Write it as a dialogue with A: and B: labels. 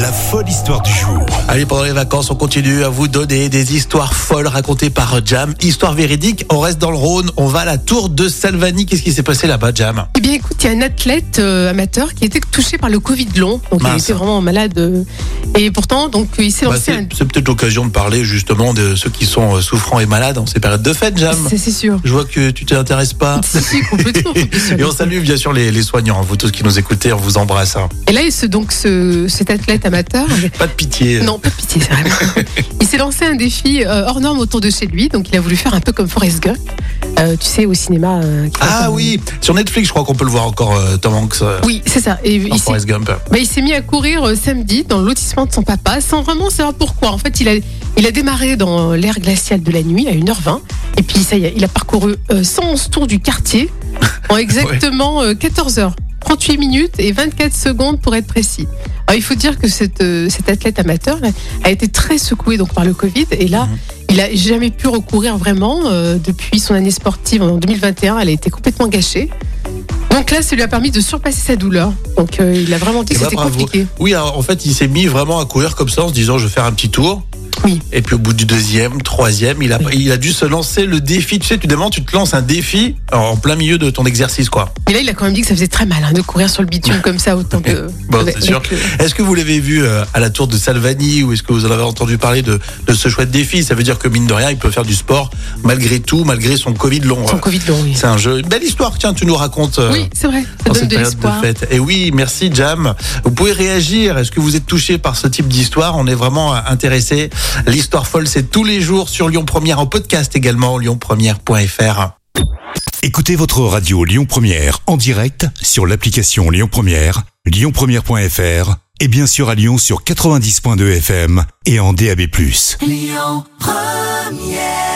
A: La folle histoire du jour.
B: Allez, pendant les vacances, on continue à vous donner des histoires folles racontées par Jam. Histoire véridique, on reste dans le Rhône, on va à la tour de Salvani. Qu'est-ce qui s'est passé là-bas, Jam
C: Eh bien, écoute, il y a un athlète euh, amateur qui était touché par le Covid long. Donc,
B: Mince.
C: il était vraiment malade. euh, et pourtant, donc, il s'est
B: Bah,
C: lancé
B: C'est c'est peut-être l'occasion de parler justement de ceux qui sont euh, souffrants et malades en ces périodes de fête,
C: un.
B: Jam.
C: C'est c'est sûr.
B: Je vois que tu t'intéresses pas.
C: Si, si, complètement.
B: Ah. Et on salue bien sûr les, les soignants, vous tous qui nous écoutez, on vous embrasse. hein.
C: Et là, il se, donc, ce, cet athlète amateur.
B: Pas de pitié.
C: Non, pas de pitié, c'est vraiment. Il s'est lancé un défi euh, hors norme autour de chez lui. Donc, il a voulu faire un peu comme Forrest Gump. Euh, tu sais, au cinéma. euh, qui
B: Ah
C: raconte-
B: oui, sur Netflix, je crois qu'on peut le voir encore, euh, Tom Hanks, euh,
C: Oui, c'est ça. Et
B: dans
C: il s'est
B: Forrest Gump.
C: Bah, il s'est mis à courir euh, samedi dans le lotissement de son papa sans vraiment savoir pourquoi. En fait, il a, il a démarré dans l'air glacial de la nuit à 1h20. Et puis, ça y est, il a parcouru euh, 111 tours du quartier en exactement euh, 14 heures, 38 minutes et 24 secondes pour être précis. Alors, il faut dire que cette, euh, cet athlète amateur là, a été très secoué donc, par le Covid. Et là,
B: Mhm.
C: il a jamais pu recourir vraiment euh, depuis son année sportive en 2021. Elle a été complètement gâchée. Donc là, ça lui a permis de surpasser sa douleur. Donc euh, il a vraiment dit
B: Eh
C: que
B: ben,
C: c'était
B: bravo.
C: compliqué.
B: Oui, alors, en fait, il s'est mis vraiment à courir comme ça en se disant je vais faire un petit tour.
C: Oui.
B: Et puis au bout du deuxième, troisième, il a,
C: Oui.
B: il a dû se lancer le défi. Tu sais, tu demandes, tu te lances un défi en plein milieu de ton exercice, quoi.
C: Mais là, il a quand même dit que ça faisait très mal hein, de courir sur le bitume comme ça autant de.
B: Bon,
C: avec-
B: c'est sûr.
C: avec euh, le-
B: Est-ce que vous l'avez vu euh, à la tour de Salvani ou est-ce que vous en avez entendu parler de, de ce chouette défi Ça veut dire que mine de rien, il peut faire du sport malgré tout, malgré son Covid long.
C: Son
B: Euh,
C: Covid long. Oui,
B: C'est un jeu, une belle histoire. Tiens, tu nous racontes. euh,
C: Oui, c'est vrai. Ça
B: en
C: donne
B: cette
C: de
B: période de
C: l'espoir.
B: fête. Et oui, merci Jam. Vous pouvez réagir. Est-ce que vous êtes touché par ce type d'histoire On est vraiment euh, intéressé. L'histoire folle, c'est tous les jours sur Lyon Première en podcast également lyonpremière.fr.
A: Écoutez votre radio Lyon Première en direct sur l'application Lyon Première, lyonpremière.fr et bien sûr à Lyon sur 90.2 FM et en DAB+.
D: Lyon Première